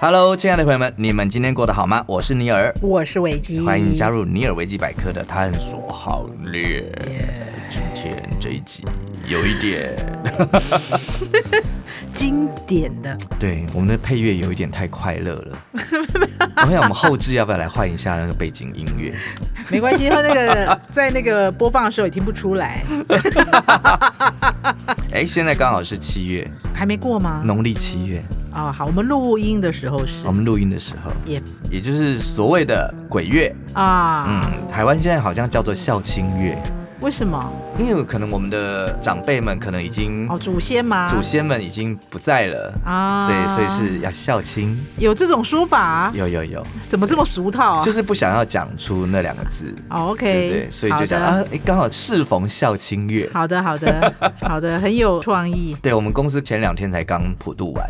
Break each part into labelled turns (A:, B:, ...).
A: Hello，亲爱的朋友们，你们今天过得好吗？我是尼尔，
B: 我是维基，
A: 欢迎加入尼尔维基百科的探索行列。今天这一集有一点，
B: 经典的，
A: 对我们的配乐有一点太快乐了。我想我们后置要不要来换一下那个背景音乐？
B: 没关系，因为那 个在那个播放的时候也听不出来，
A: 哎，现在刚好是七月，
B: 还没过吗？
A: 农历七月，
B: 哦，好，我们录音的时候是
A: 我们录音的时候，
B: 也
A: 也就是所谓的鬼月。
B: 啊，
A: 嗯，台湾现在好像叫做孝亲月，
B: 为什么？
A: 因为可能我们的长辈们可能已经
B: 哦，祖先嘛，
A: 祖先们已经不在了。
B: 啊，
A: 对，所以是要孝亲，
B: 有这种说法啊，
A: 有有有，
B: 怎么这么俗套啊？
A: 就是是不想要讲出那两个字，
B: 哦
A: 对
B: ，OK，
A: 对，所以
B: 好
A: 就
B: 的
A: 讲啊，诶刚好适逢孝亲月。
B: 好的，好的，好的，很有创意。
A: 对我们公司前两天才刚普渡完，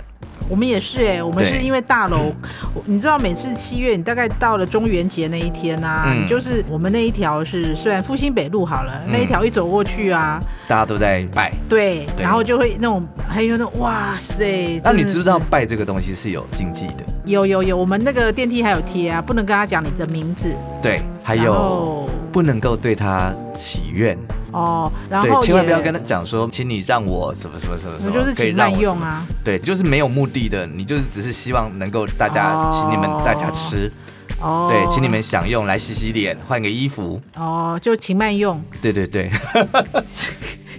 B: 我们也是哎、我们
A: 对
B: 是因为大楼，我你知道每次七月，你大概到了中元节那一天啊，
A: 嗯
B: 你就是我们那一条是虽然复兴北路好了，那一条一走过去啊，
A: 大家都在拜。
B: 对，
A: 对
B: 然后就会那种还有那种哇塞，
A: 那
B: 真
A: 你
B: 的
A: 知
B: 是
A: 道拜这个东西是有禁忌的，
B: 有有有，我们那个电梯还有贴啊，不能跟他讲你的名字，
A: 对，还
B: 然
A: 有
B: 后
A: 不能够对他祈愿，
B: 哦，然
A: 对
B: 后，
A: 千万不要
B: 也
A: 跟他讲说，请你让我什么什么什么什
B: 我
A: 么，
B: 就是
A: 可以
B: 请
A: 让
B: 慢
A: 我
B: 用
A: 什么，
B: 啊，
A: 对，就是没有目的的，你就是只是希望能够大家，
B: 哦
A: 请你们大家吃，
B: 哦，
A: 对，请你们享用，来洗洗脸，换个衣服，
B: 哦，就请慢用，
A: 对对 对，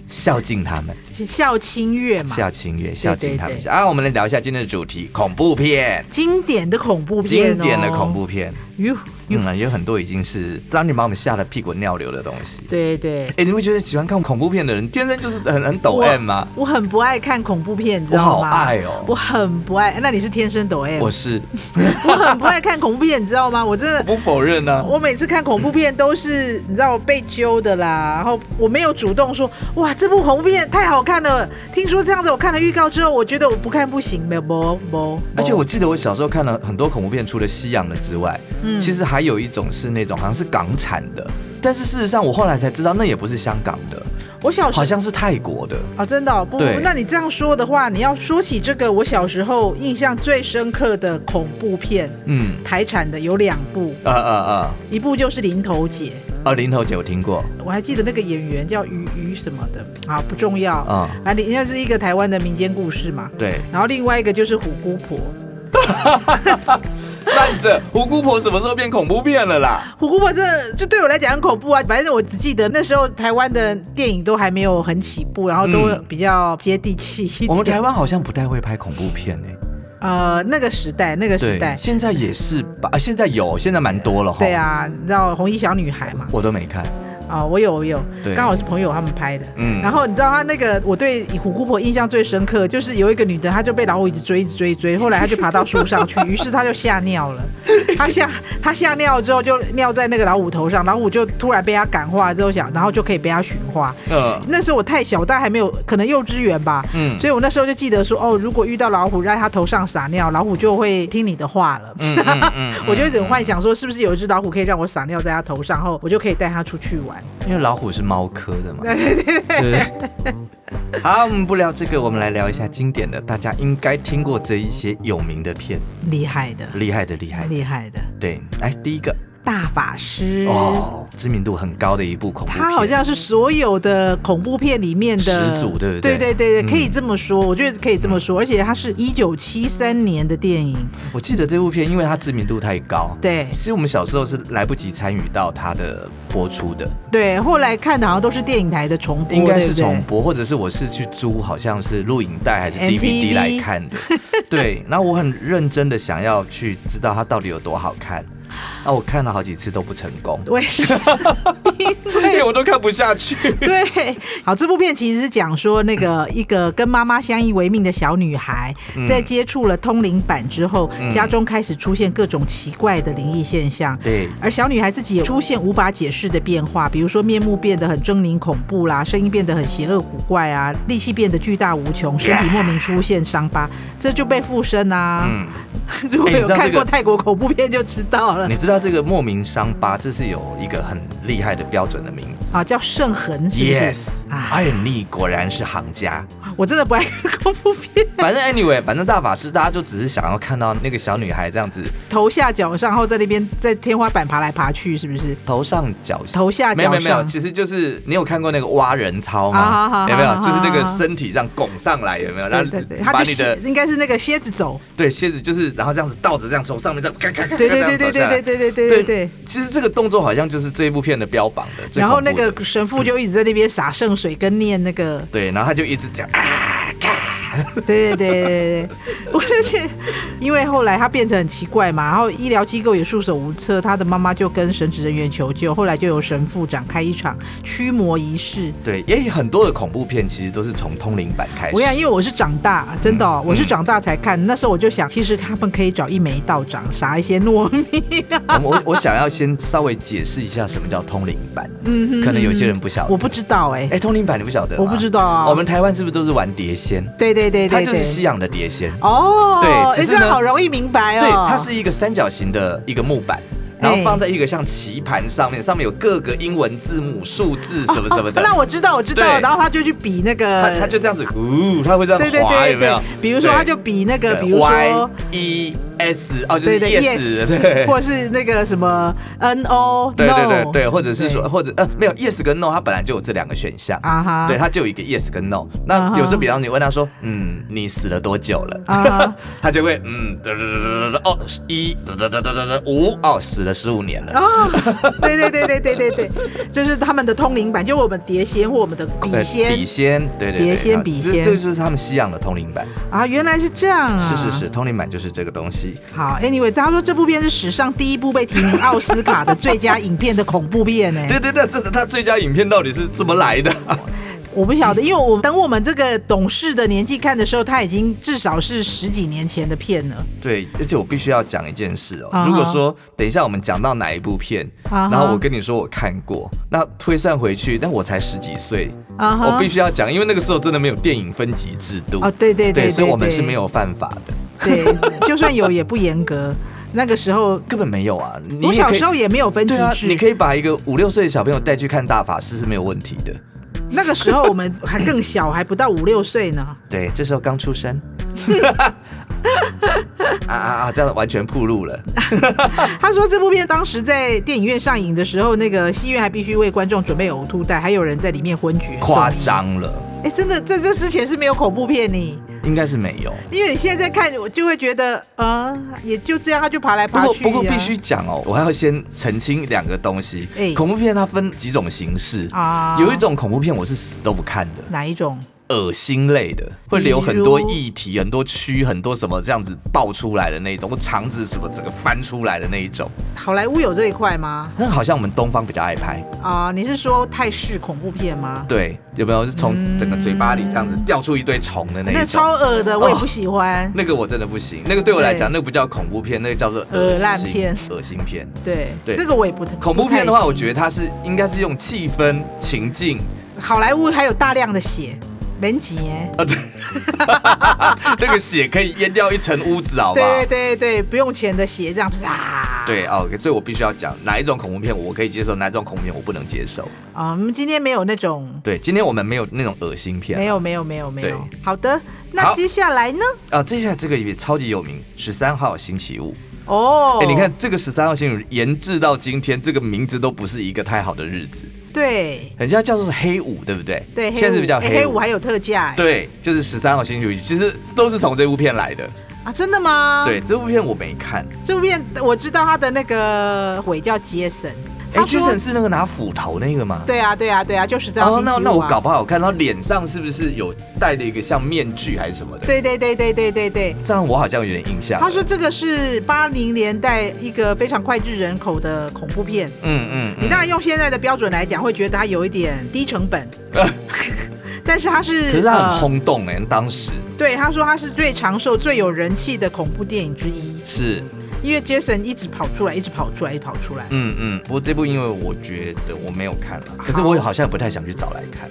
A: 孝敬他们，
B: 是孝亲月嘛，
A: 孝亲月，孝敬他们
B: 对
A: 一
B: 对
A: 下啊！我们来聊一下今天的主题，恐怖片，
B: 经典的恐怖片、哦，
A: 经典的恐怖片，
B: 哟，哟，
A: 嗯，有很多已经是当你把我们吓得屁滚尿流的东西。
B: 对对。
A: 哎、你会觉得喜欢看恐怖片的人天生就是很很抖
B: 我
A: M 啊吗？
B: 我很不爱看恐怖片，你知道吗？
A: 我好爱哦
B: 我很不爱。哎那你是天生抖 M？
A: 我是
B: 我很不爱看恐怖片，你知道吗？我真的。
A: 不否认啊，
B: 我每次看恐怖片都是你知道我被揪的啦，然后我没有主动说哇这部恐怖片太好看了，听说这样子我看了预告之后，我觉得我不看不行，没有不不。
A: 而且我记得我小时候看了很多恐怖片，除了西洋的之外，
B: 嗯
A: 其实还有一种是那种好像是港产的，但是事实上我后来才知道那也不是香港的，
B: 我小时
A: 好
B: 候
A: 像是泰国的。
B: 哦真的、哦、不
A: 对
B: 不，那你这样说的话，你要说起这个我小时候印象最深刻的恐怖片，
A: 嗯，
B: 台产的有两部，
A: 呃呃呃，
B: 一部就是《零头姐》，
A: 呃，零头姐我听过，
B: 我还记得那个演员叫于于什么的，啊，不重要
A: 啊
B: 啊，反正那是一个台湾的民间故事嘛。
A: 对，
B: 然后另外一个就是虎姑 婆，
A: 烂着胡姑婆什么时候变恐怖片了啦？
B: 虎姑婆这就对我来讲很恐怖啊。反正我只记得那时候台湾的电影都还没有很起步，然后都
A: 嗯
B: 比较接地气一点。
A: 我们台湾好像不太会拍恐怖片诶、
B: 呃那个时代，那个时代，
A: 现在也是吧？啊，现在有，现在蛮多了哈。
B: 对，啊，你知道红衣小女孩嘛？
A: 我都没看。
B: 啊、我有我有
A: 对，
B: 刚好是朋友他们拍的。
A: 嗯
B: 然后你知道他那个，我对虎姑婆印象最深刻，就是有一个女的，她就被老虎一直追，一直追，一直追，后来她就爬到树 上去，于是她就吓尿了。她吓她吓尿之后就尿在那个老虎头上，老虎就突然被她感化之后想，然后就可以被她驯化。
A: 呃，
B: 那时候我太小，但还没有可能幼稚园吧，
A: 嗯
B: 所以我那时候就记得说，哦，如果遇到老虎在它头上撒尿，老虎就会听你的话了。
A: 嗯嗯嗯嗯
B: 我就一直幻想说，是不是有一只老虎可以让我撒尿在它头上，然后我就可以带它出去玩。
A: 因为老虎是猫科的嘛。对对对。好，我们不聊这个，我们来聊一下经典的，大家应该听过这一些有名的片，
B: 厉害的，
A: 厉害的厉害的。
B: 厉害的
A: 对，哎，第一个
B: 大法师，
A: 哦，知名度很高的一部恐怖片，
B: 他好像是所有的恐怖片里面的
A: 始祖对不对
B: 对？对对对
A: 嗯
B: 可以这么说，我觉得可以这么说，而且它是一九七三年的电影，
A: 我记得这部片，因为它知名度太高，
B: 对
A: 其实我们小时候是来不及参与到它的播出的，
B: 对，后来看的好像都是电影台的重播，
A: 应该
B: 对
A: 是
B: 不对
A: 重播，或者是我是去租，好像是录影带还是 DVD
B: MTV
A: 来看的。 对，然后我很认真的想要去知道它到底有多好看，啊，我看了好几次都不成功，哎
B: 我也是，
A: 因为我都看不下去。
B: 对，好，这部片其实是讲说那个一个跟妈妈相依为命的小女孩，
A: 嗯
B: 在接触了通灵板之后，家中开始出现各种奇怪的灵异现象。
A: 对，
B: 而小女孩自己也出现无法解释的变化，比如说面目变得很狰狞恐怖啦，声音变得很邪恶古怪啊，力气变得巨大无穷，身体莫名出现伤疤，这就被附身啊。
A: 嗯，
B: 如果
A: 哎你
B: 有
A: 知道
B: 看
A: 这个
B: 过泰国恐怖片就知道了
A: 哎你知道这个莫名伤疤，这是有一个很厉害的标准的名字。
B: 啊，叫圣痕是不是
A: Yes，
B: 啊，
A: 艾米果然是行家。
B: 啊我真的不爱看恐怖片，
A: 反正 anyway，反正大法师大家就只是想要看到那个小女孩这样子
B: 头下脚上，然后在那边在天花板爬来爬去，是不是？
A: 头上脚下。
B: 头下
A: 没有
B: 啊脚
A: 没有没有，
B: 上，
A: 其实就是你有看过那个蛙人操
B: 啊
A: 吗？
B: 好好
A: 有没有
B: 好？好
A: 就是那个
B: 好
A: 身体这样拱上来，有没有？然
B: 对
A: 后
B: 对对，
A: 把
B: 他就
A: 你的
B: 是应该是那个蝎子走，
A: 对蝎子就是，然后这样子倒着这样从上面这样咔咔咔咔
B: 对
A: 这
B: 对
A: 样
B: 对对
A: 走下
B: 对
A: 来
B: 对对对对对对。
A: 其实这个动作好像就是这一部片的标榜的。最
B: 然后
A: 恐
B: 那
A: 怖的
B: 个神父就一直在那边洒圣水跟念那 个，
A: 对，然后他就一直讲，啊
B: 对对对对对，我就是因为后来他变成很奇怪嘛，然后医疗机构也束手无策，他的妈妈就跟神职人员求救，后来就由神父展开一场驱魔仪式。
A: 对，也很多的恐怖片其实都是从通灵版开始。
B: 我想，因为我是长大，真的、哦，
A: 嗯
B: 我是长大才看。那时候我就想，其实他们可以找一枚道长撒一些糯米。
A: 我我我想要先稍微解释一下什么叫通灵版，
B: 嗯哼
A: 可能有些人不晓
B: 我
A: 得。
B: 不知道哎、
A: 哎，通灵版你不晓得吗？
B: 我不知道啊。
A: 我们台湾是不是都是玩碟仙？
B: 对对对
A: 它
B: 对
A: 就是西
B: 对。
A: 洋的碟仙。
B: 哦，
A: 对
B: 哎
A: 只是
B: 这样
A: 呢
B: 好容易明白哦。
A: 对，它是一个三角形的一个木板，然后
B: 哎
A: 放在一个像棋盘上面，上面有各个英文字母、数字什么什么的。
B: 那我知道，我知道。
A: 对
B: 然后他就去比哎哦那个，
A: 它它就这样子，呜，它会这
B: 对
A: 样
B: 对
A: 滑，
B: 对
A: 有没有
B: 对？，比如说
A: 对
B: 他就比那个，
A: 对
B: 比如
A: Y
B: 说。
A: E S 哦，就
B: 对
A: 是
B: 对
A: yes，对。
B: 或是那个什么 N O
A: 对对
B: No，
A: 对对，或者是说，
B: 对
A: 或者呃，没有 yes 跟 no，它本来就有这两个选项，
B: 啊哈，
A: 对，它就有一个 yes 跟 no。
B: 啊
A: 那
B: 哈
A: 有时候，比方你问他说，嗯，你死了多久了？
B: 啊哈
A: 他就会嗯，哒哒哒哒哒哦，一哒哒哒哒哒哒五哦，死了十五年了。
B: 啊，对对对对对对对，就是他们的通灵版，就我们碟仙或我们的笔
A: 对
B: 仙
A: 笔仙，对对对，
B: 碟仙
A: 好
B: 笔
A: 这
B: 仙
A: 这就是他们西洋的通灵版，
B: 啊，原来是这样啊，
A: 是是是，。通灵版就是这个东西。
B: 好，Anyway，他说这部片是史上第一部被提名奥斯卡的最佳影片的恐怖片哎呢、
A: 对对对，这他最佳影片到底是怎么来的？
B: 我不晓得，因为我等我们这个懂事的年纪看的时候，它已经至少是十几年前的片了。
A: 对，而且我必须要讲一件事哦。
B: 啊哈
A: 如果说等一下我们讲到哪一部片，
B: 啊哈
A: 然后我跟你说我看过，那推算回去，但我才十几岁，
B: 啊哈
A: 我必须要讲，因为那个时候真的没有电影分级制度
B: 哦，对对对，
A: 所以我们是没有犯法的，
B: 对，就算有也不严格。那个时候，
A: 根本没有啊。你
B: 我
A: 也
B: 小
A: 可以
B: 时候也没有分级
A: 对啊，
B: 制。
A: 你可以把一个五六岁的小朋友带去看大法师是没有问题的。
B: 那个时候我们还更小，还不到五六岁呢。
A: 对，这时候刚出 生。啊啊啊！这样完全暴露了。
B: 他说这部片当时在电影院上映的时候，那个戏院还必须为观众准备呕吐袋，还有人在里面昏厥。
A: 夸！张了，
B: 哎、真的，在这之前是没有恐怖片呢，
A: 应该是没有。
B: 因为你现在看，我就会觉得，啊、也就这样，他就爬来
A: 不
B: 爬
A: 过
B: 去、啊。
A: 不过必须讲哦，我还要先澄清两个东西。
B: 哎
A: 恐怖片它分几种形式
B: 啊
A: 有一种恐怖片我是死都不看的，
B: 哪一种？
A: 恶心类的，会留很多液体、很多蛆、很多什么这样子爆出来的那一种，肠子什么整个翻出来的那一种。
B: 好莱坞有这一块吗？
A: 那好像我们东方比较爱拍，
B: 啊、你是说泰式恐怖片吗？
A: 对，有没有？是从整个嘴巴里这样子掉出一堆虫嗯的那
B: 那哦
A: 一种。
B: 超恶的，我也不喜欢。
A: 那个我真的不行，那个对我来
B: 对
A: 讲，那个不叫恐怖片，那个叫做
B: 恶
A: 恶
B: 烂
A: 心
B: 片、
A: 恶心片。
B: 对，
A: 对
B: 这个我也不太
A: 恐怖片的
B: 不太
A: 话，
B: 行
A: 我觉得它是应该是用气氛、情境
B: 好莱坞还有大量的血，人挤耶。
A: 啊，对， 那个血可以淹掉一层屋子，好不好？
B: 对对对，不用钱的血这样啪。
A: 对哦，所以我必须要讲哪一种恐怖片我可以接受，哪一种恐怖片我不能接受。
B: 啊，我们今天没有那种，
A: 对，今天我们没有那种恶心片，
B: 没有没有没有没有
A: 对。
B: 好的，那
A: 好
B: 接下来呢？
A: 啊。这下这个也超级有名，十三号星期五。
B: 哦
A: 哎、，你看，这个十三号星期五研制到今天，这个名字都不是一个太好的日子，
B: 对
A: 人家叫做黑五，对不对？
B: 对，
A: 现在是比较
B: 黑
A: 黑五。
B: 五哎黑五还有特价，哎
A: 对，就是十三号星期五，其实都是从这部片来的。
B: 啊，真的吗？
A: 对，，这部片我没看。
B: 这部片我知道他的那个鬼叫杰森，
A: 哎、
B: 他
A: 杰
B: 说
A: 森是那个拿斧头那个吗？。
B: 对啊对啊对啊，就是这样。
A: 哦，那那我搞。不好看，他脸上是不是有戴了一个像面具还是什么的？，
B: 对对对对对对对，
A: 这样我好像有点印象。
B: 他说，这个是八零年代一个非常脍炙人口的恐怖片。
A: 嗯嗯，
B: 你
A: 嗯
B: 当然用现在的标准来讲，会觉得它有一点低成本， 但是它
A: 嗯
B: 是，
A: 可是他很
B: 呃
A: 轰动哎、当时
B: 对，他说它是最长寿、最有人气的恐怖电影之一，
A: 是，
B: 因为杰森一直跑出来，一直跑出来，一直跑出来。
A: 嗯嗯。不过这部因为我觉得我没有看了，可是我好像不太想去找来看。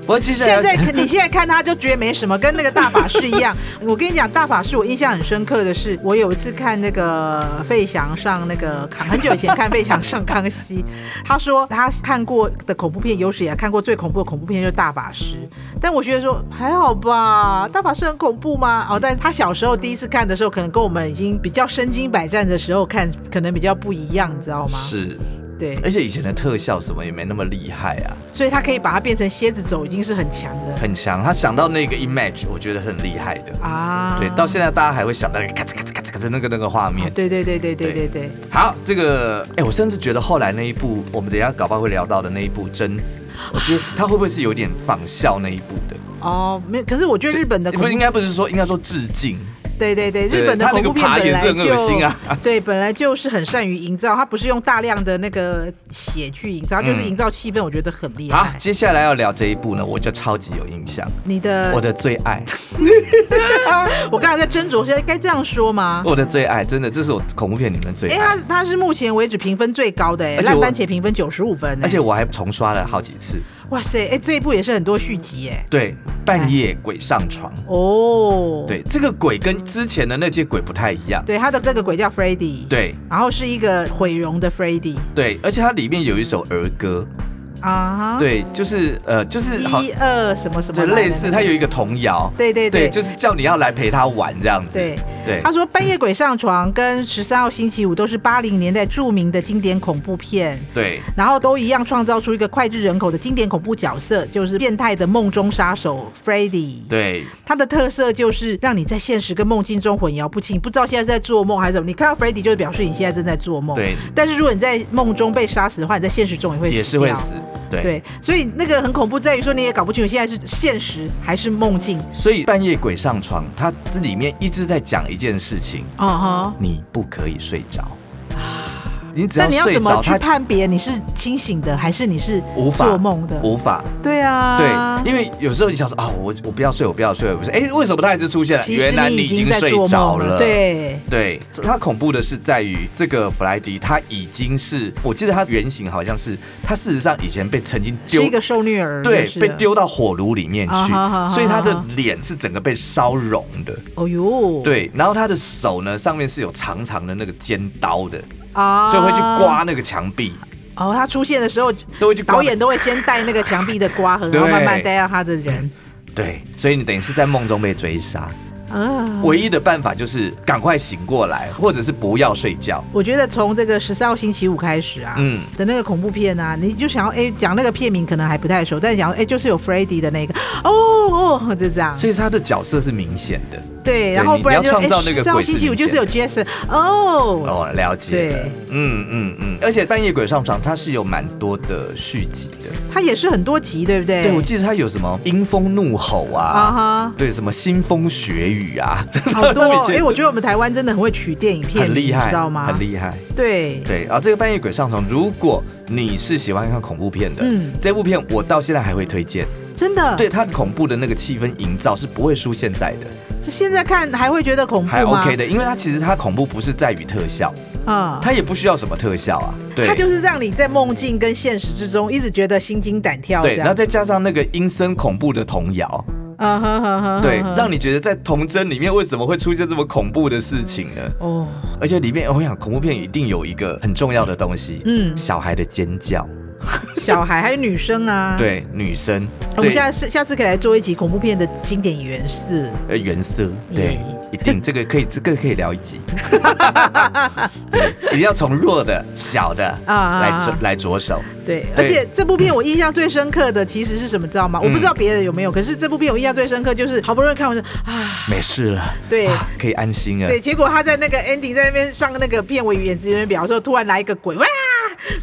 A: 不过接下来
B: 现在你现在看他就觉得没什么，跟那个大法师一样。 我跟你讲，大法师我印象很深刻的是，我有一次看那个费翔上那个康，很久以前看费翔上康熙，他说他看过的恐怖片有史以来看过最恐怖的恐怖片就是大法师，但我觉得说还好吧，大法师很恐怖吗？哦，但他小时候第一次看的时候，可能跟我们已经比较身经百战的时候看，可能比较不一样，你知道吗？
A: 是，
B: 对，
A: 而且以前的特效什么也没那么厉害啊，
B: 所以他可以把它变成蝎子走，已经是很强的
A: 很强。他想到那个 image，我觉得很厉害的。
B: 啊。
A: 对，到现在大家还会想到那个咔嚓咔嚓咔嚓咔嚓那个那个画面
B: 啊。对对对对对对对，
A: 好，这个哎、我甚至觉得后来那一部，我们等一下搞不好会聊到的那一部《贞子》，
B: 啊
A: 我觉得它会不会是有点仿效那一部的？
B: 哦，没有，可是我觉得日本的恐
A: 不
B: 怖
A: 应，该不是说，应该说致敬。
B: 对对对，
A: 对
B: 日本的
A: 他那个
B: 恐怖片
A: 爬
B: 本
A: 也
B: 来
A: 是很恶心
B: 就
A: 啊。
B: 对，本来就是很善于营造，它不是用大量的那个血去营造，它就是
A: 嗯啊
B: 营造气氛，我觉得很厉
A: 好，
B: 害。
A: 接下来要聊这一部呢，我就超级有印象，
B: 你的
A: 我，的最 爱，
B: 我刚才在斟酌，现在该这样说吗？
A: 我的最爱，真的，这是我恐怖片里面最
B: 哎，
A: 爱
B: 它。它是目前为止评分最高的，哎，
A: 而且
B: 烂
A: 我
B: 番茄评分九十五分，哎
A: 而且我还重刷了好几次，
B: 哇塞，哎，这一部也是很多续集，哎，
A: 对，半夜鬼上床，
B: 哦，
A: 对，这个鬼跟之前的那些鬼不太一样，
B: 对，它的这个鬼叫 Freddy，，
A: 对
B: 然后是一个毁容的 Freddy
A: 对，而且它里面有一首儿歌，
B: 啊哈，
A: 对，就是呃，就是好，
B: 一二什么什
A: 就
B: 么来的那个，
A: 类似它有一个童谣，
B: 对对
A: 对，就是叫你要来陪他玩这样子，
B: 对，
A: 对
B: 他说《半夜鬼上床》跟《十三号星期五》都是八零年代著名的经典恐怖片，
A: 对
B: 然后都一样创造出一个脍炙人口的经典恐怖角色，就是变态的梦中杀手 Freddy。
A: 对，
B: 他的特色就是让你在现实跟梦境中混淆不清，不知道现在是在做梦还是什么。你看到 Freddy 就表示你现在正在做梦。
A: 对。
B: 但是如果你在梦中被杀死的话，你在现实中哦也会死
A: 也是会
B: 掉
A: 死，对。
B: 对，所以那个很恐怖，在于说你也搞不清楚现在是现实还是梦境。
A: 所以半夜鬼上床，它这里面一直在讲一件事情，
B: 哦哈。
A: 你不可以睡着。你只
B: 啊
A: 要
B: 那你要
A: 睡
B: 怎么
A: 着，
B: 去
A: 它
B: 判别你是清醒的还是你是
A: 无法
B: 做梦的？
A: 无法。
B: 对啊，
A: 对，，因为有时候你想说啊，我我不要睡，我不要睡，我不睡。哎，为什么它还是出现了？
B: 其实
A: 原来已
B: 已
A: 经
B: 在
A: 睡
B: 做
A: 着
B: 梦了。对，
A: 对，它恐怖的是在于这个弗莱迪，他已经是我记得他原型好像是他事实上以前被曾经
B: 是
A: 丢
B: 一个受虐儿，
A: 对
B: 就是
A: 被。丢到火炉里面去
B: 啊哈哈哈，
A: 所以他的
B: 哈
A: 脸是整个被烧融的。
B: 哦呦，
A: 对，然后他的手呢，上面是有长长的那个尖刀的，
B: 啊，
A: 所以会去。刮那个墙壁，
B: 哦，他出现的时候，
A: 都会去刮
B: 导演都会先带那个墙壁的刮痕，然后
A: 对
B: 慢慢带到他的人。
A: 对，所以你等于是在梦中被追杀，
B: 啊，
A: 唯一的办法就是赶快醒过来，或者是不要睡觉。
B: 我觉得从这个十三号星期五开始啊，
A: 嗯
B: 的那个恐怖片啊，你就想要哎讲那个片名可能还不太熟，但讲哎就是有 Freddy 的那个，哦哦，就这样。
A: 所以他的角色是明显的。
B: 对，然后
A: 你
B: 不然
A: 你
B: 就
A: 要创造那个
B: 上
A: 鬼
B: 星
A: 是
B: 期五
A: 明
B: 就是有 Jason 哦，
A: 哦，了解了
B: 对。
A: 嗯嗯嗯。而且《半夜鬼上床》它是有蛮多的续集的。
B: 他也是很多集，对不对？
A: 对，我记得它有什么阴风怒吼啊，
B: 啊
A: 对，什么腥风血雨啊，
B: 哈，好 多
A: 那么
B: 哦。
A: 以前
B: 哎，我觉得我们台湾真的很会取电影片，
A: 很厉害，
B: 你知道吗？
A: 很厉害。
B: 对，
A: 对啊，这个《半夜鬼上床》，如果你是喜欢看恐怖片的，
B: 嗯啊
A: 这部片我到现在还会推荐。
B: 真的。
A: 对，它恐怖的那个气氛营造是不会输现在的，
B: 这现在看还会觉得恐怖
A: 还
B: 吗
A: OK 的，因为它其实它恐怖不是在于特效，
B: 啊。
A: 它也不需要什么特效啊。对，
B: 他就是让你在梦境跟现实之中一直觉得心惊胆跳，
A: 对，
B: 这
A: 然后
B: 样，
A: 再加上那个阴森恐怖的童谣，
B: 嗯哼哼哼，
A: 对，
B: 哼
A: 让你觉得在童真里面为什么会出现这么恐怖的事情呢？
B: 哦，
A: 而且里面我想恐怖片一定有一个很重要的东西，
B: 嗯
A: 小孩的尖叫，
B: 小孩还有女生啊，，
A: 对，女生，
B: 我
A: 对，
B: 们下次下次可以来做一集恐怖片的经典元素，
A: 呃，原色，对
B: 耶，
A: 一定这个可以，这个可以聊一集， 对一定要从弱的、小的
B: 啊啊啊
A: 来着来着手。
B: 对，
A: 对嗯
B: 而且这部片我印象最深刻的其实是什么，知道吗？我不知道别的有没有，可是这部片我印象最深刻就是好不容易看完就啊，
A: 没事了，
B: 对
A: 啊 可以安心了。
B: 对，结果他在那个 ending 在那边上那个片尾演职员表的时候，突然来一个鬼，哇！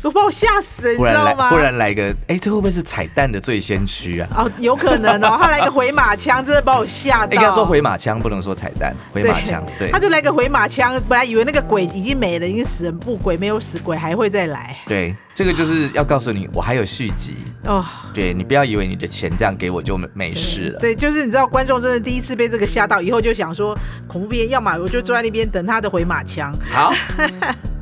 B: 我把我吓死，你
A: 忽
B: 知
A: 然
B: 道
A: 来，
B: 吗？
A: 忽然来个，哎，这会不会是彩蛋的最先驱啊？
B: 哦，有可能 哦，他来个回马枪，真的把我吓到。
A: 哎应该说回马枪，不能说彩蛋，回马枪。对
B: 他，就来个回马枪，本来以为那个鬼已经没了，已经死人不鬼没有死鬼还会再来
A: 对，这个就是要告诉你，我还有续集。
B: 哦。
A: 对你不要以为你的钱这样给我就没没事了。
B: 对，就是你知道，观众真的第一次被这个吓到，以后就想说，恐怖片要么我就坐在那边等他的回马枪，
A: 好，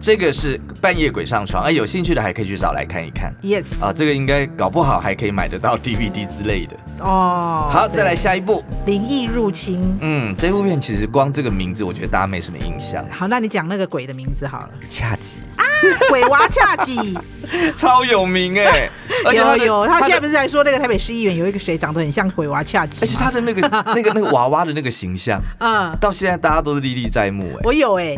A: 这个是半夜鬼上床，哎、有兴趣的还可以去找来看一看。
B: Yes，
A: 啊，这个应该搞不好还可以买得到 DVD 之类的。
B: 哦，
A: 好，
B: 对
A: 再来下一部。
B: 灵异入侵。
A: 嗯，这部片其实光这个名字，我觉得大家没什么印象。
B: 好，那你讲那个鬼的名字好了，
A: 恰吉
B: 鬼娃恰吉。
A: 超有名哎、 而且
B: 有
A: 他的
B: 有，
A: 他
B: 他现在
A: 的
B: 不是在说那个台北市议员有一个谁长得很像鬼娃恰吉吗？
A: 而且他的那 个那个那个娃娃的那个形象，
B: 嗯，
A: 到现在大家都是历历在目哎、
B: 我有 哎、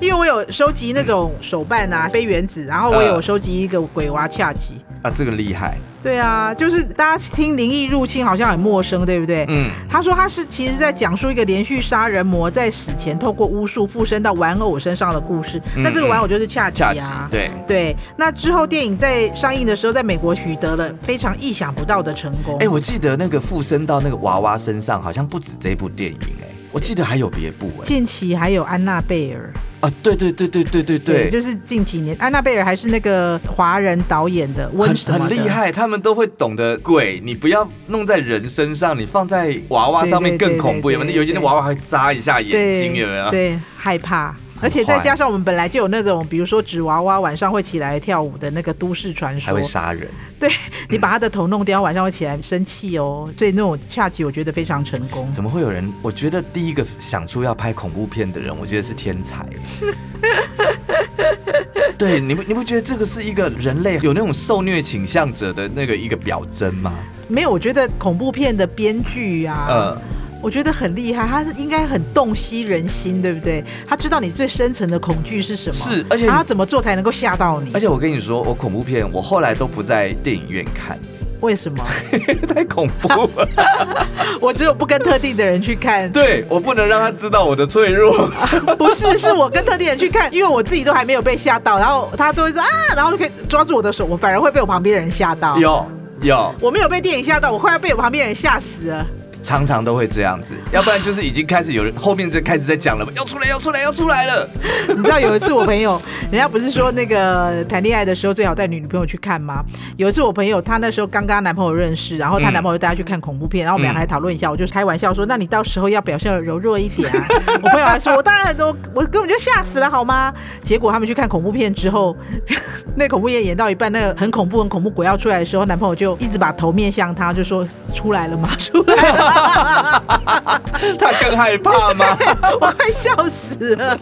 B: 因为我有收集那种手办啊、非原子，然后我有
A: 呃
B: 收集一个鬼娃恰吉。
A: 啊，这个厉害，
B: 对啊，就是大家听灵异入侵好像很陌生，对不对？
A: 嗯，
B: 他说他是其实在讲述一个连续杀人魔在死前透过巫术附身到玩偶身上的故事。
A: 嗯
B: 那这个玩偶就是恰吉
A: 恰吉
B: 啊。
A: 对，
B: 对，那之后电影在上映的时候，在美国取得了非常意想不到的成功。
A: 哎、我记得那个附身到那个娃娃身上，好像不止这部电影哎、我记得还有别部哎、
B: 近期还有安娜贝尔，
A: 啊，对对对对对对对，
B: 就是近几年安娜贝尔还是那个华人导演的温
A: 很
B: 什么
A: 很
B: 的
A: 厉，害，他们都会懂得鬼，你不要弄在人身上，你放在娃娃上面
B: 对对
A: 更恐怖。
B: 对对
A: 有没有
B: 对
A: 有些那娃娃还扎一下眼睛，
B: 对，
A: 有没有？
B: 对，害怕。而且再加上我们本来就有那种，比如说纸娃娃晚上会起来跳舞的那个都市传
A: 还
B: 说
A: 会，杀人。
B: 对你把他的头弄掉，晚上会起来生气哦。所以那种恰吉我觉得非常成功。
A: 怎么会有人？我觉得第一个想出要拍恐怖片的人，我觉得是天才。 对，你不你不觉得这个是一个人类有那种受虐倾向者的那个一个表征吗？
B: 没有，我觉得恐怖片的编剧啊，
A: 呃，
B: 我觉得很厉害，他应该很洞悉人心，对不对？他知道你最深层的恐惧是什么，
A: 是而且
B: 然后他怎么做才能够吓到你
A: 而？且我跟你说，我恐怖片我后来都不在电影院看，
B: 为什么？
A: 太恐怖了。
B: 我只有不跟特定的人去看，
A: 对我不能让他知道我的脆弱。
B: 不是，是我跟特定人去看，因为我自己都还没有被吓到，然后他都会说啊，然后就可以抓住我的手，我反而会被我旁边的人吓到。
A: 有有，
B: 我没有被电影吓到，我快要被我旁边的人吓死了。
A: 常常都会这样子，要不然就是已经开始有人后面就开始在讲了，要出来要出来要出来了。
B: 你知道有一次我朋友，人家不是说那个谈恋爱的时候最好带女女朋友去看吗？有一次我朋友她那时候刚跟她男朋友认识，然后她
A: 嗯
B: 男朋友带她去看恐怖片，然后我们俩
A: 嗯
B: 还讨论一下，我就开玩笑说，那你到时候要表现得柔弱一点啊。我朋友还说，我当然都我根本就吓死了好吗？结果他们去看恐怖片之后， 那恐怖片演到一半，那个很恐怖很恐怖鬼要出来的时候，男朋友就一直把头面向她，就说出来了吗？ 出来了吗。
A: 他更害怕吗？
B: 哎我快笑死了。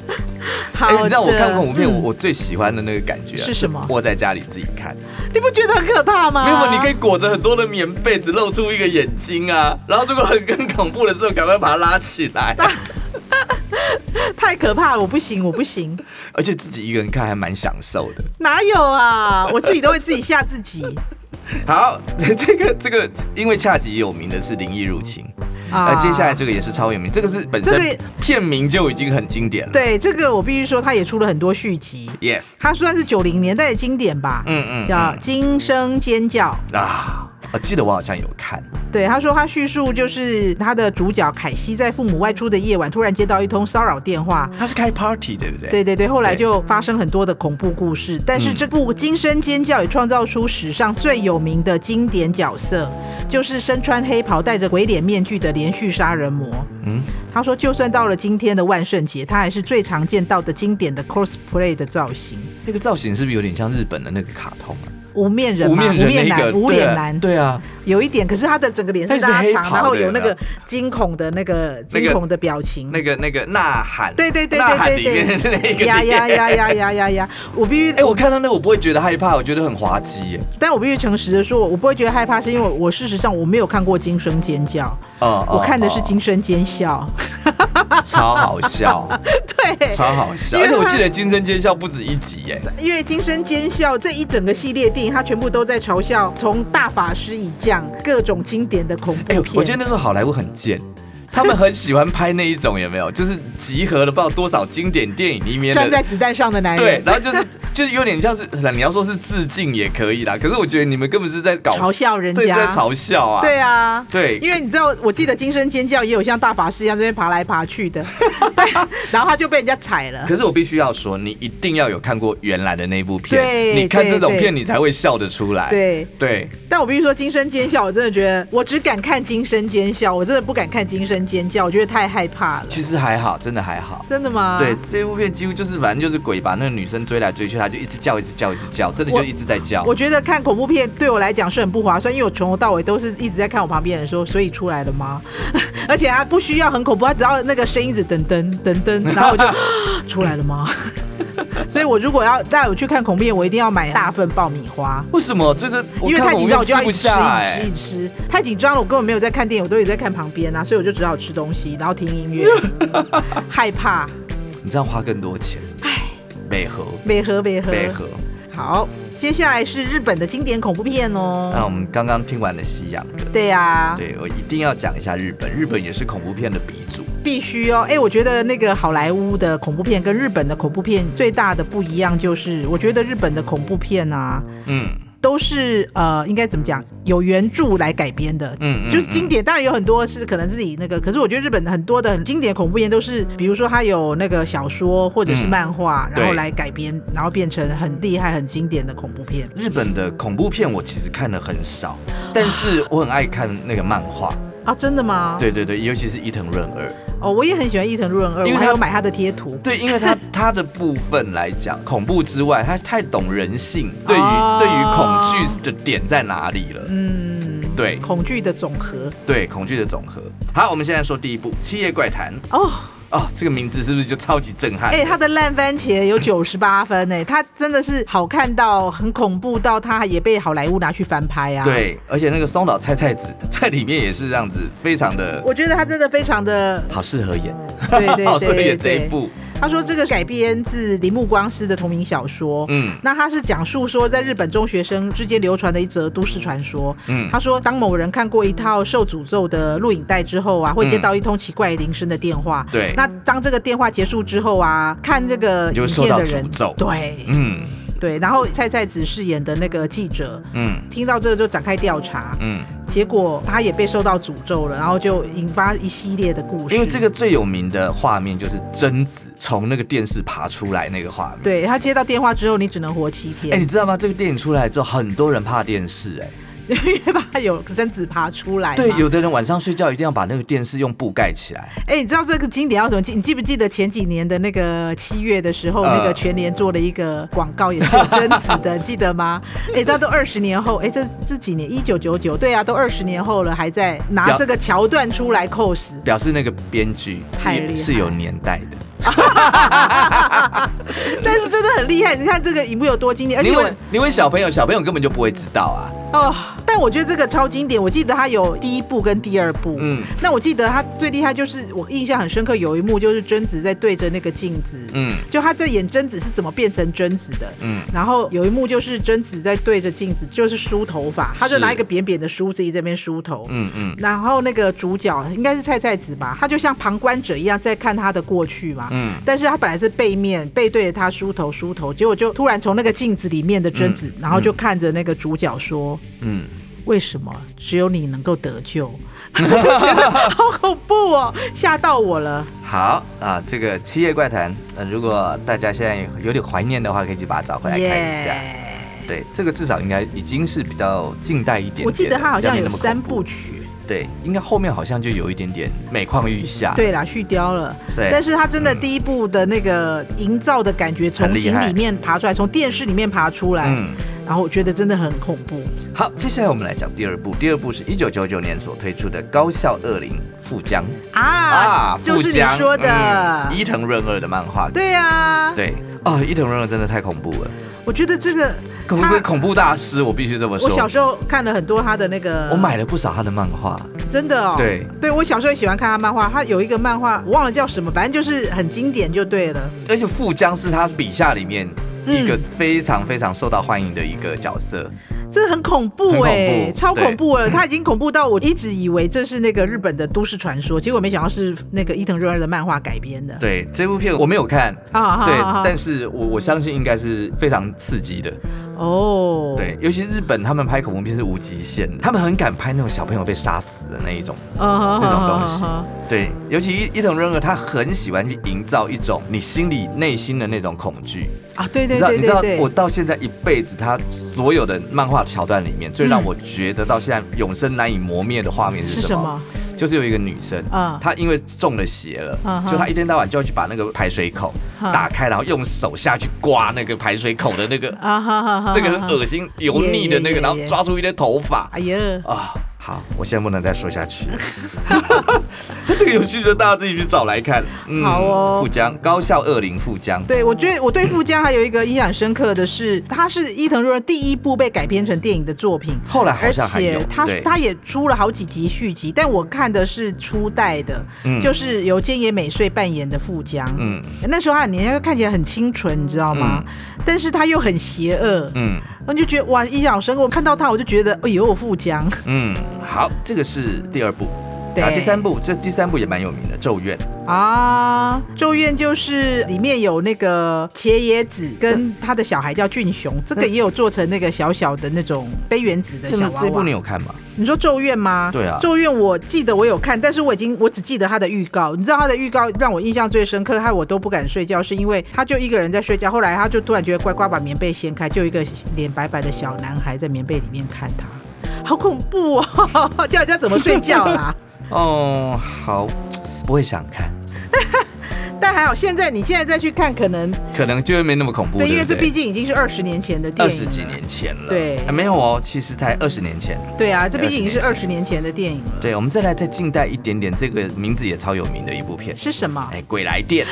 B: 好
A: 哎、
B: 的、
A: 你知道我看恐怖片，
B: 嗯
A: 我我最喜欢的那个感觉啊
B: 是什么啊
A: 窝在家里自己看，
B: 你不觉得很可怕吗？
A: 没有，你可以裹着很多的棉被，只露出一个眼睛啊，然后如果很很恐怖的时候，赶快把它拉起来。
B: 太可怕了，我不行，我不行，
A: 而且自己一个人看还蛮享受的。
B: 哪有啊？我自己都会自己吓自 己
A: 好， 这个这个，因为恰吉有名的是《灵异入侵》
B: 啊
A: 呃，接下来这个也是超有名，这个是本身
B: 这个
A: 片名就已经很经典了。
B: 对这个我必须说，他也出了很多续集，
A: ，yes，
B: 他算是九零年代的经典吧，
A: 嗯嗯，
B: 叫《惊声尖叫》。
A: 嗯啊，我记得我好像有看，
B: 对，他说他叙述就是他的主角凯西在父母外出的夜晚，突然接到一通骚扰电话，
A: 他是开 party 对不嗯对？
B: 对对对，后来就发生很多的恐怖故事，但是这部《惊声尖叫》也创造出史上最有名的经典角色，就是身穿黑袍、戴着鬼脸面具的连续杀人魔。
A: 嗯
B: 嗯，他说，就算到了今天的万圣节，他还是最常见到的经典的 cosplay 的造型，
A: 这个造型是不是有点像日本的那个卡通啊？
B: 无面人
A: 无
B: 嘛，
A: 面人那个
B: 男，无
A: 对
B: 脸
A: 啊
B: 男，
A: 对啊，
B: 有一点，可是他的整个脸
A: 但
B: 是
A: 是
B: 拉
A: 黑
B: 长，
A: 袍
B: 然后
A: 的
B: 有那
A: 有
B: 个惊恐的那个
A: 那个
B: 惊恐的表情，
A: 那个那个呐喊，
B: 对对对
A: 呐喊
B: 对
A: 里面
B: 对
A: 的那个
B: 对，呀呀
A: 脸。
B: 呀呀呀呀呀！我必须
A: 哎、我看到那个我不会觉得害怕，我觉得很滑稽耶。
B: 但我必须诚实的说，我我不会觉得害怕，是因为我事实上我没有看过《惊声尖叫》，
A: 哦、
B: 我看的是
A: 哦
B: 《惊声 尖笑》
A: 超好笑，
B: 对，
A: 超好笑。
B: 因
A: 而
B: 为
A: 且我
B: 它
A: 记得《惊声尖笑》不止一集耶。
B: 因为《惊声尖笑》这一整个系列电影，它全部都在嘲笑从大法师以降各种经典的恐
A: 哎、
B: 怖片。
A: 我记得那时候好莱坞很贱。他们很喜欢拍那一 种，有没有？就是集合了不知道多少经典电影里面的
B: 站在子弹上的男
A: 对
B: 人，，
A: 然后就是就是有点像是你要说是致敬也可以啦。可是我觉得你们根本是在搞
B: 嘲笑人
A: 对，在
B: 家，
A: 嘲笑啊。
B: 对啊，
A: 对
B: 因为你知道，我记得惊声尖叫也有像大法师一样这边爬来爬 去的，对，然后他就被人家踩了。
A: 可是我必须要说，你一定要有看过原来的那部片，
B: 对
A: 你看这种
B: 对
A: 片你才会笑得出来。
B: 对，
A: 对
B: 但我必须说，惊声尖叫，我真的觉得，我只敢看惊声尖叫，我真的不敢看惊声尖叫，我觉得太害怕了。
A: 其实还好，真的还好。
B: 真的吗？
A: 对，，这部片几乎就是反正就是鬼把那个女生追来追去，她就一直叫，一直叫，一直叫，真的就
B: 我
A: 一直在叫。
B: 我觉得看恐怖片对我来讲是很不划算，因为我从头到尾都是一直在看我旁边的人说，所以出来了吗？ 而且他不需要很恐怖，他只要那个声音一直噔噔噔噔，然后我就出来了吗？ 所以我如果要带我去看恐怖片，我一定要买大份爆米花。
A: 为什么这个？
B: 因为
A: 看
B: 太
A: 恐怖
B: 紧
A: 片
B: 张，我就要
A: 吃
B: 一
A: 不
B: 直吃，
A: 下
B: 一直吃，一
A: 哎。
B: 直吃。太紧张了，我根本没有在看电影，我都有在看旁边啊，所以我就只好吃东西，然后听音乐，害怕，
A: 你这样花更多钱，唉，美和
B: 没喝，没喝，
A: 美和。
B: 好，接下来是日本的经典恐怖片哦。
A: 那我们刚刚听完了西洋的，
B: 对啊呀、
A: 对我一定要讲一下日本，日本也是恐怖片的鼻祖。
B: 必须哦。哎、我觉得那个好莱坞的恐怖片跟日本的恐怖片最大的不一样就是，我觉得日本的恐怖片啊，
A: 嗯
B: 都是呃，应该怎么讲，有原著来改编的。
A: 嗯嗯，
B: 就是经
A: 嗯
B: 典，当然有很多是可能自己那个，可是我觉得日本的很多的很经典恐怖片都是，比如说它有那个小说或者是
A: 嗯
B: 漫画，然后
A: 对
B: 来改编，然后变成很厉害、很经典的恐怖片。
A: 日本的恐怖片我其实看的很少，但是我很爱看那个漫画。
B: 啊，真的吗？
A: 对对对，尤其是伊藤润二。
B: 哦，我也很喜欢伊藤润二，
A: 因为
B: 我还
A: 他
B: 有买他的贴图。
A: 对，因为 他他的部分来讲，恐怖之外，他太懂人性，对于、
B: 哦
A: 对于恐惧的点在哪里了。
B: 嗯，
A: 对
B: 恐惧的总和
A: 对，恐惧的总和。好，我们现在说第一部《七夜怪谈
B: 哦。》
A: 哦，这个名字是不是就超级震撼？
B: 哎、它的烂番茄有九十八分哎、它真的是好看到很恐怖到，它也被好莱坞拿去翻拍啊。，
A: 对，而且那个松岛菜菜子在里面也是这样子，非常的
B: 我觉得它真的非常的
A: 好适合演，
B: 对对 对
A: 好适合
B: 对
A: 演这
B: 对
A: 一。部。
B: 他说这个改编自铃木光司的同名小说。
A: 嗯
B: 那他是讲述说，在日本中学生之间流传的一则都市传说。
A: 嗯
B: 他说，当某人看过一套受诅咒的录影带之后啊，会接到一通奇怪铃声的电话。
A: 对
B: 那当这个电话结束之后啊，看这个
A: 你就
B: 影
A: 会受
B: 片
A: 到
B: 的人，
A: 诅咒
B: 啊对，
A: 嗯
B: 对，然后蔡蔡子饰演的那个记者
A: 嗯
B: 听到这个就展开调查，
A: 嗯，
B: 结果他也被受到诅咒了，然后就引发一系列的故事。
A: 因为这个，最有名的画面就是贞子从那个电视爬出来那个画面。
B: 对他接到电话之后，你只能活七
A: 哎、
B: 天
A: 你，知道吗？这个电影出来之后，很多人怕电视、哎，
B: 因为怕有贞子爬出来嘛。
A: 对，有的人晚上睡觉一定要把那个电视用布盖起来。
B: 哎、你知道这个经典要怎么记？你记不记得前几年的那个七月的时候，那个
A: 呃
B: 全联做了一个广告，也是有 贞子的，记得吗？哎、欸，到都二十年后，哎、这这几年一九九九，对啊，都二十年后了，还在拿
A: 表
B: 这个桥段出来 cos。
A: 表示那个编剧
B: 太厉害
A: 是是有年代的，
B: 但是真的很厉害，你看这个一幕有多经典，而且
A: 你
B: 我
A: 问你问小朋友，小朋友根本就不会知道啊。
B: 哦，但我觉得这个超经典，我记得它有第一部跟第二部，嗯
A: 嗯，
B: 那我记得它最厉害就是我印象很深刻，有一幕就是贞子在对着那个镜子，
A: 嗯
B: 就她在演贞子是怎么变成贞子的。
A: 嗯，
B: 然后有一幕就是贞子在对着镜子，就是梳头发，她就是拿一个扁扁的梳子一直在那边梳头，
A: 嗯嗯
B: 然后那个主角应该是菜菜子吧，她就像旁观者一样在看她的过去嘛。
A: 嗯
B: 但是她本来是背面背对着她梳头梳头，结果就突然从那个镜子里面的贞子，
A: 嗯
B: 然后就看着那个主角说。
A: 嗯，
B: 为什么只有你能够得救？ 我就觉得好恐怖哦，吓到我了。
A: 好啊，这个《七夜怪谈》，呃，如果大家现在有点怀念的话，可以去把它找回来看一下。
B: 耶
A: 对，这个至少应该已经是比较近代一点点的
B: 我记得它好像
A: 比较没
B: 有
A: 那么恐
B: 三
A: 怖
B: 部曲，
A: 对，应该后面好像就有一点点每况愈下。
B: 对啦，续貂了。
A: 对嗯
B: 但是它真的第一部的那个营造的感觉，从
A: 很厉
B: 井
A: 害
B: 里面爬出来，从电视里面爬出来，
A: 嗯
B: 然后我觉得真的很恐怖。
A: 好，接下来我们来讲第二部。第二部是一九九九年所推出的《高校恶灵富江》
B: 啊，就
A: 富
B: 是你
A: 江
B: 说的，
A: 嗯伊藤润二的漫画。
B: 对啊，
A: 对哦，伊藤润二真的太恐怖了，
B: 我觉得这个
A: 恐
B: 他
A: 是恐怖大师，我必须这么说。
B: 我小时候看了很多他的那个，
A: 我买了不少他的漫画，
B: 真的哦，
A: 对，
B: 对我小时候也喜欢看他漫画，他有一个漫画我忘了叫什么，反正就是很经典就对了。
A: 而且富江是他笔下里面
B: 嗯
A: 一个非常非常受到欢迎的一个角色。
B: 这很恐怖哎、
A: 很恐怖
B: 超恐怖了！
A: 对
B: 它已经恐怖到我一直以为这是那个日本的都市传说，结果没想到是那个伊藤润二的漫画改编的。
A: 对这部片我没有看，
B: 啊，
A: 对
B: 好好，
A: 但是我我相信应该是非常刺激的。
B: 哦，
A: 对，尤其日本他们拍恐怖片是无极限的，他们很敢拍那种小朋友被杀死的那一种。
B: 嗯，嗯
A: 那种东西
B: 嗯嗯嗯
A: 对，尤其伊伊藤润二他很喜欢去营造一种你心里内心的那种恐惧。
B: 啊，对
A: 你
B: 对
A: 知道，
B: 对
A: 你知
B: 对
A: 道，
B: 对，
A: 我到现在一辈子他所有的漫画桥段里面，最让我觉得到现在永生难以磨灭的画面是
B: 嗯是
A: 什
B: 什
A: 么？
B: 么？
A: 就是有一个女生，
B: 嗯
A: 她因为中了邪
B: 嗯
A: 了，
B: 哼
A: 就她一天到晚就要去把那个排水口
B: 嗯
A: 打开，然后用手下去刮那个排水口的那个
B: 啊哈哈哈，
A: 那个很恶心油腻的那
B: 耶
A: 个，
B: 耶耶
A: 然后抓住一堆头发
B: 哎呀，
A: 啊。好，我现在不能再说下 去。这个有趣的大家自己去找来看。嗯
B: 好哦
A: 富江高校恶灵富江，
B: 对我觉得我对富江还有一个印象深刻的是，它是伊藤润二第一部被改编成电影的作品。
A: 后来好
B: 而
A: 像还有
B: 且他
A: 对
B: 他也出了好几集续集，但我看的是初代的，
A: 嗯
B: 就是由菅野美穗扮演的富江。
A: 嗯
B: 那时候他年轻，看起来很清纯，你知道吗？但是他又很邪恶，
A: 嗯
B: 我就觉得哇，印象好深刻。我看到他，我就觉得，哎呦，富江，
A: 嗯，好，这个是第二部。
B: 对
A: 然后第三部，这第三部也蛮有名的，《咒怨》。
B: 啊，《咒怨》就是里面有那个茄野子跟他的小孩叫俊雄，这个也有做成那个小小的那种杯原子的
A: 真
B: 小
A: 的
B: 娃
A: 嗯这部
B: 娃
A: 你。有看吗？
B: 你说《咒怨》吗？
A: 对啊
B: 咒怨》我记得我有看，但是我已经我只记得他的预告。你知道他的预告让我印象最深刻，害我都不敢睡觉，是因为他就一个人在睡觉，后来他就突然觉得乖乖把棉被掀开，就有一个脸白白的小男孩在棉被里面看他。 好恐怖哦！ 叫人家怎么睡觉啦？
A: 哦，好，不会想看，
B: 但还好，现在你现在再去看，可能
A: 可能就会没那么恐怖。
B: 对，因为
A: 不
B: 这毕竟已经是二十年前的电
A: 二
B: 影，
A: 十几。年前了。
B: 对
A: 啊没有哦，其实才二十年前。
B: 对啊，这毕竟已经是二
A: 20
B: 十年前的电影了。
A: 对，我们再来再近代一点点，这个名字也超有名的一部片，
B: 是什么
A: 哎、？鬼来电，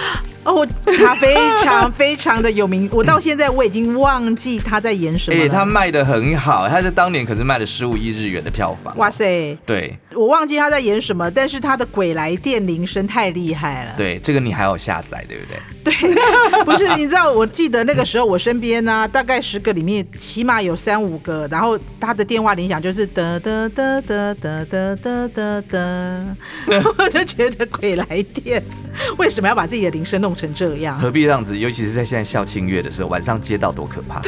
B: 哦，我他非常非常的有名，我到现在我已经忘记他在演什
A: 哎、
B: 么了。
A: 它卖的很好，它在当年可是卖了十五亿日元的票房。
B: 哇塞，
A: 对
B: 我忘记他在演什么，但是他的鬼来电铃声太厉害了。
A: 对，这个你还有下载对不对？
B: 对，不是，你知道，我记得那个时候我身边呢、大概十个里面起码有三五个，然后他的电话铃响就是哒哒哒哒哒哒哒哒哒，我就觉得鬼来电，为什么要把自己的铃声弄成这样？
A: 何必这样子？尤其是在现在校庆月的时候，晚上街道多可怕。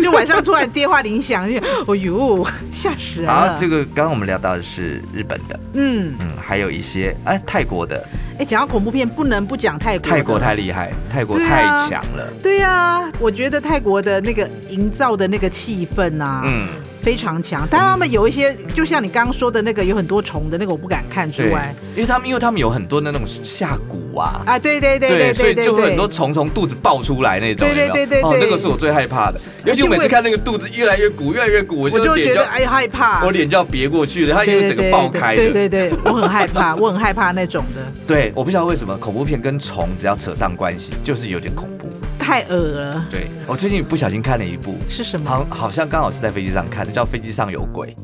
B: 就晚上突然电话铃响，就哦呦，吓死人
A: 好，
B: 了。
A: 这个刚刚我们聊到的是日本的，
B: 嗯，
A: 嗯，还有一些哎、泰国的，
B: 哎，讲到恐怖片，不能不讲泰国的。
A: 泰国太厉害，泰国
B: 对啊
A: 太强了。
B: 对啊，我觉得泰国的那个营造的那个气氛啊，
A: 嗯，
B: 非常强。但他们有一些，就像你刚刚说的那个有很多虫的那个，我不敢看之
A: 对
B: 外，，
A: 因为他们因为他们有很多那种下蛊啊，
B: 啊，对对对
A: 所以
B: 对
A: 就会很
B: 对
A: 多虫从肚子爆出来那种，
B: 对对
A: 有没有
B: 对对
A: 哦，
B: 对
A: 那个是我最害怕的，尤其我每次看那个肚子越来越鼓，越来越鼓，我
B: 我
A: 就
B: 就
A: 脸
B: 觉
A: 就
B: 得哎害怕
A: 我。脸就要哎别过去了，它因
B: 对
A: 为
B: 对
A: 整个
B: 对
A: 爆开
B: 对
A: 的。
B: 对对，我很害怕，我很害怕那种的，
A: 对，我不知道为什么恐怖片跟虫只要扯上关系，就是有点恐怖。
B: 太恶了。
A: 对我最近不小心看了一部。
B: 是什 么？
A: 好，好像刚好是在飞机上看的，叫《飞机上有 鬼》。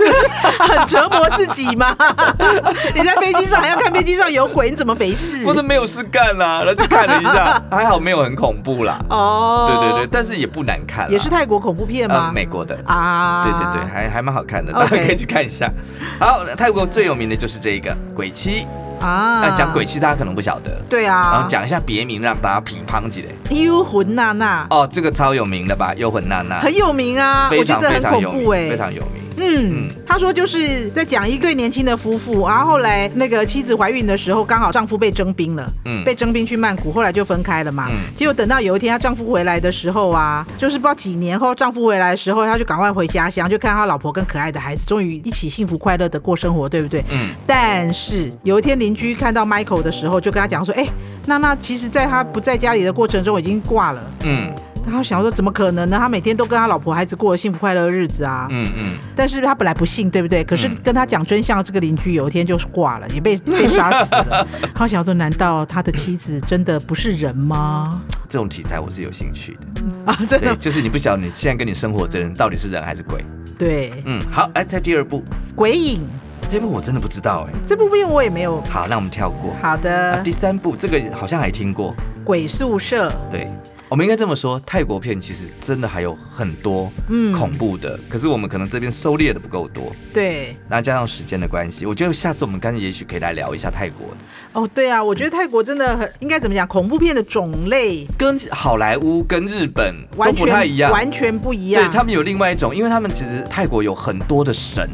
B: 很折磨自己吗？ 你在飞机上还要看飞机上有鬼，你怎么回事？啊
A: 不是没有事干啦、然后就看了一下， 还好没有很恐怖啦。
B: 哦，
A: 对对对，，但是也不难看啦。
B: 也是泰国恐怖片
A: 呃
B: 吗？
A: 美国的。
B: 啊，
A: 对对对，还还蛮好看的，大
B: OK
A: 家可以去看一下。好，泰国最有名的就是这个鬼妻，
B: 啊
A: 那讲鬼，妻大家可能不晓得，
B: 对
A: 然
B: 啊
A: 后，讲一下别名，让大家品乓起来。
B: 幽魂娜娜
A: 哦，这个超有名的吧，幽魂娜娜，
B: 很有名啊，
A: 非
B: 我觉
A: 常
B: 得
A: 非
B: 很
A: 常有
B: 恐
A: 名，
B: 怖哎
A: 非。常有名。
B: 嗯
A: 嗯，
B: 他说就是在讲一对年轻的夫妇，然后后来那个妻子怀孕的时候，刚好丈夫被征兵了，
A: 嗯
B: 被征兵去曼谷，后来就分开了嘛。
A: 嗯
B: 结果等到有一天她丈夫回来的时候啊，就是不知道几年后丈夫回来的时候，她就赶快回家乡，就看他老婆跟可爱的孩子终于一起幸福快乐的过生活，对不对？
A: 嗯，
B: 但是有一天邻居看到 Michael 的时候，就跟他讲说：“哎、娜娜其实在他不在家里的过程中已经挂了。”
A: 嗯
B: 然后想说怎么可能呢？他每天都跟他老婆孩子过幸福快乐的日子啊。
A: 嗯嗯，
B: 但是他本来不信，对不对？可是
A: 嗯
B: 跟他讲真相，这个邻居有一天就是挂了，也被被杀 死了。他想说，难道他的妻子真的不是人吗？
A: 这种题材我是有兴趣 的。
B: 啊，真
A: 对，
B: 的
A: 就是你不晓得你现在跟你生活的人到底是人还是鬼。
B: 对，
A: 嗯，好，哎，在第二部，
B: 鬼影
A: 这部我真的不知道哎。
B: 这部片我也没有。
A: 好，那我们跳过。
B: 好
A: 啊
B: 的
A: 第，三部这个好像还听过，
B: 鬼宿舍，
A: 对，我们应该这么说，泰国片其实真的还有很多
B: 嗯
A: 恐怖的，可是我们可能这边收敛的不够多。
B: 对，
A: 那加上时间的关系，我觉得下次我们干脆也许可以来聊一下泰国的，
B: 哦，对啊，我觉得泰国真的很应该怎么讲，恐怖片的种类
A: 跟好莱坞跟日本都
B: 完
A: 不
B: 全
A: 太一样。
B: 完全不一样。
A: 对他们有另外一种，因为他们其实泰国有很多的神，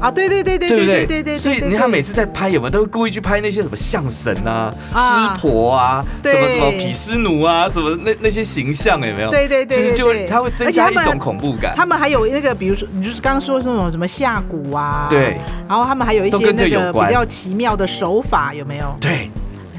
B: 啊，对对对对
A: 不
B: 对
A: 对
B: 对对对，
A: 所以
B: 对
A: 你看
B: 对
A: 每次在拍，有没有都会故意去拍那些什么象神啊、
B: 啊
A: 湿婆啊、
B: 对
A: 什么什么毗湿奴啊、什么那那些形象有没有？
B: 对对对
A: 其实就
B: 对
A: 会它会增
B: 而且
A: 加
B: 他
A: 一
B: 们
A: 种恐怖感。
B: 他们还有那个，比如说你就是刚刚说的那种什么下蛊啊，
A: 对，
B: 然后他们还有一
A: 都
B: 些
A: 跟这
B: 那个
A: 有
B: 比
A: 关
B: 较奇妙的手法，有没有？
A: 对，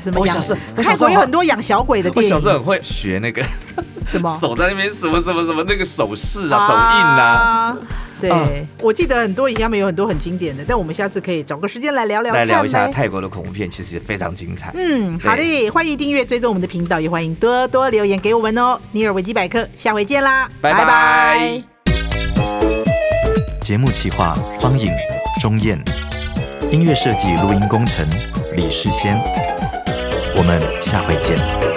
B: 什么
A: 我
B: 养
A: 小 时候？我小
B: 泰
A: 时候
B: 国有
A: 好
B: 很多养小鬼的
A: 我
B: 电
A: 小时候
B: 影，
A: 很会学那个
B: 什么？
A: 手在那边什么什么什么那个手势啊、手印啊，
B: 啊。对，
A: 啊
B: 我记得很多以前他们有很多很经典的，但我们下次可以找个时间来聊聊
A: 来聊一下
B: 看呗。
A: 泰国的恐怖片，其实也非常精彩。
B: 嗯，好的，欢迎订阅追踪我们的频道，也欢迎多多留言给我们哦。尼尔维基百科，下回见啦，
A: 拜拜节目企划：方颖、钟燕，音乐设计、录音工程：李世先。我们下回见。